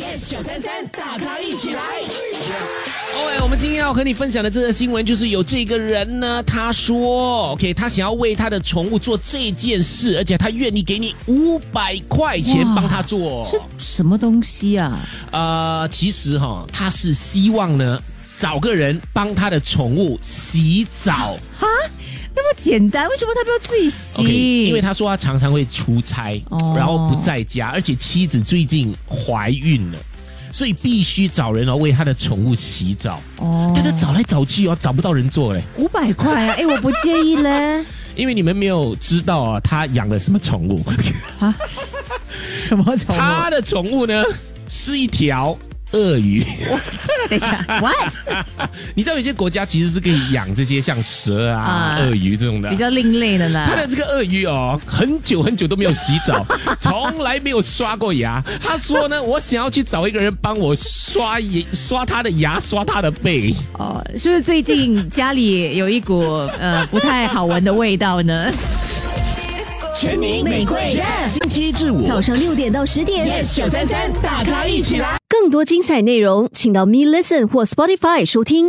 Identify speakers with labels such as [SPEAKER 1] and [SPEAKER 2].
[SPEAKER 1] Yes 九三三，大咖一起来。
[SPEAKER 2] OK，我们今天要和你分享的这个新闻就是有这个人呢，他说，OK，他想要为他的宠物做这件事，而且他愿意给你五百块钱
[SPEAKER 1] 哇
[SPEAKER 2] 帮他做。
[SPEAKER 1] 是什么东西啊？
[SPEAKER 2] 呃，其实哈、他是希望呢找个人帮他的宠物洗澡。
[SPEAKER 1] 啊，那么简单，为什么他不要自己洗
[SPEAKER 2] OK，因为他说他常常会出差，
[SPEAKER 1] 哦
[SPEAKER 2] 然后不在家，而且妻子最近怀孕了。所以必须找人哦，为他的宠物洗澡。
[SPEAKER 1] 哦
[SPEAKER 2] 但是找来找去哦，找不到人做嘞。
[SPEAKER 1] 五百块啊，哎，我不介意嘞。
[SPEAKER 2] 因为你们没有知道啊，他养了什么宠 物？
[SPEAKER 1] 什么宠
[SPEAKER 2] 他的宠物呢是一条鳄鱼。
[SPEAKER 1] 等一下，what？
[SPEAKER 2] 你知道有些国家其实是可以养这些像蛇啊、
[SPEAKER 1] 啊
[SPEAKER 2] 鳄鱼这种的
[SPEAKER 1] 比。较另类的
[SPEAKER 2] 他的
[SPEAKER 1] 啦。
[SPEAKER 2] 这个鳄鱼哦，很久很久都没有洗澡， 从来没有刷过牙。他说呢，我想要去找一个人帮我刷牙、刷他的牙、刷他的背。
[SPEAKER 1] 哦，是不是最近家里有一股呃不太好闻的味道呢？
[SPEAKER 2] 全民
[SPEAKER 3] 玫瑰
[SPEAKER 2] 星期一至五
[SPEAKER 3] 早上六点到十点
[SPEAKER 1] Yes，933大咖一起来。
[SPEAKER 3] 更多精彩内容，请到 Me Listen 或 Spotify 收听。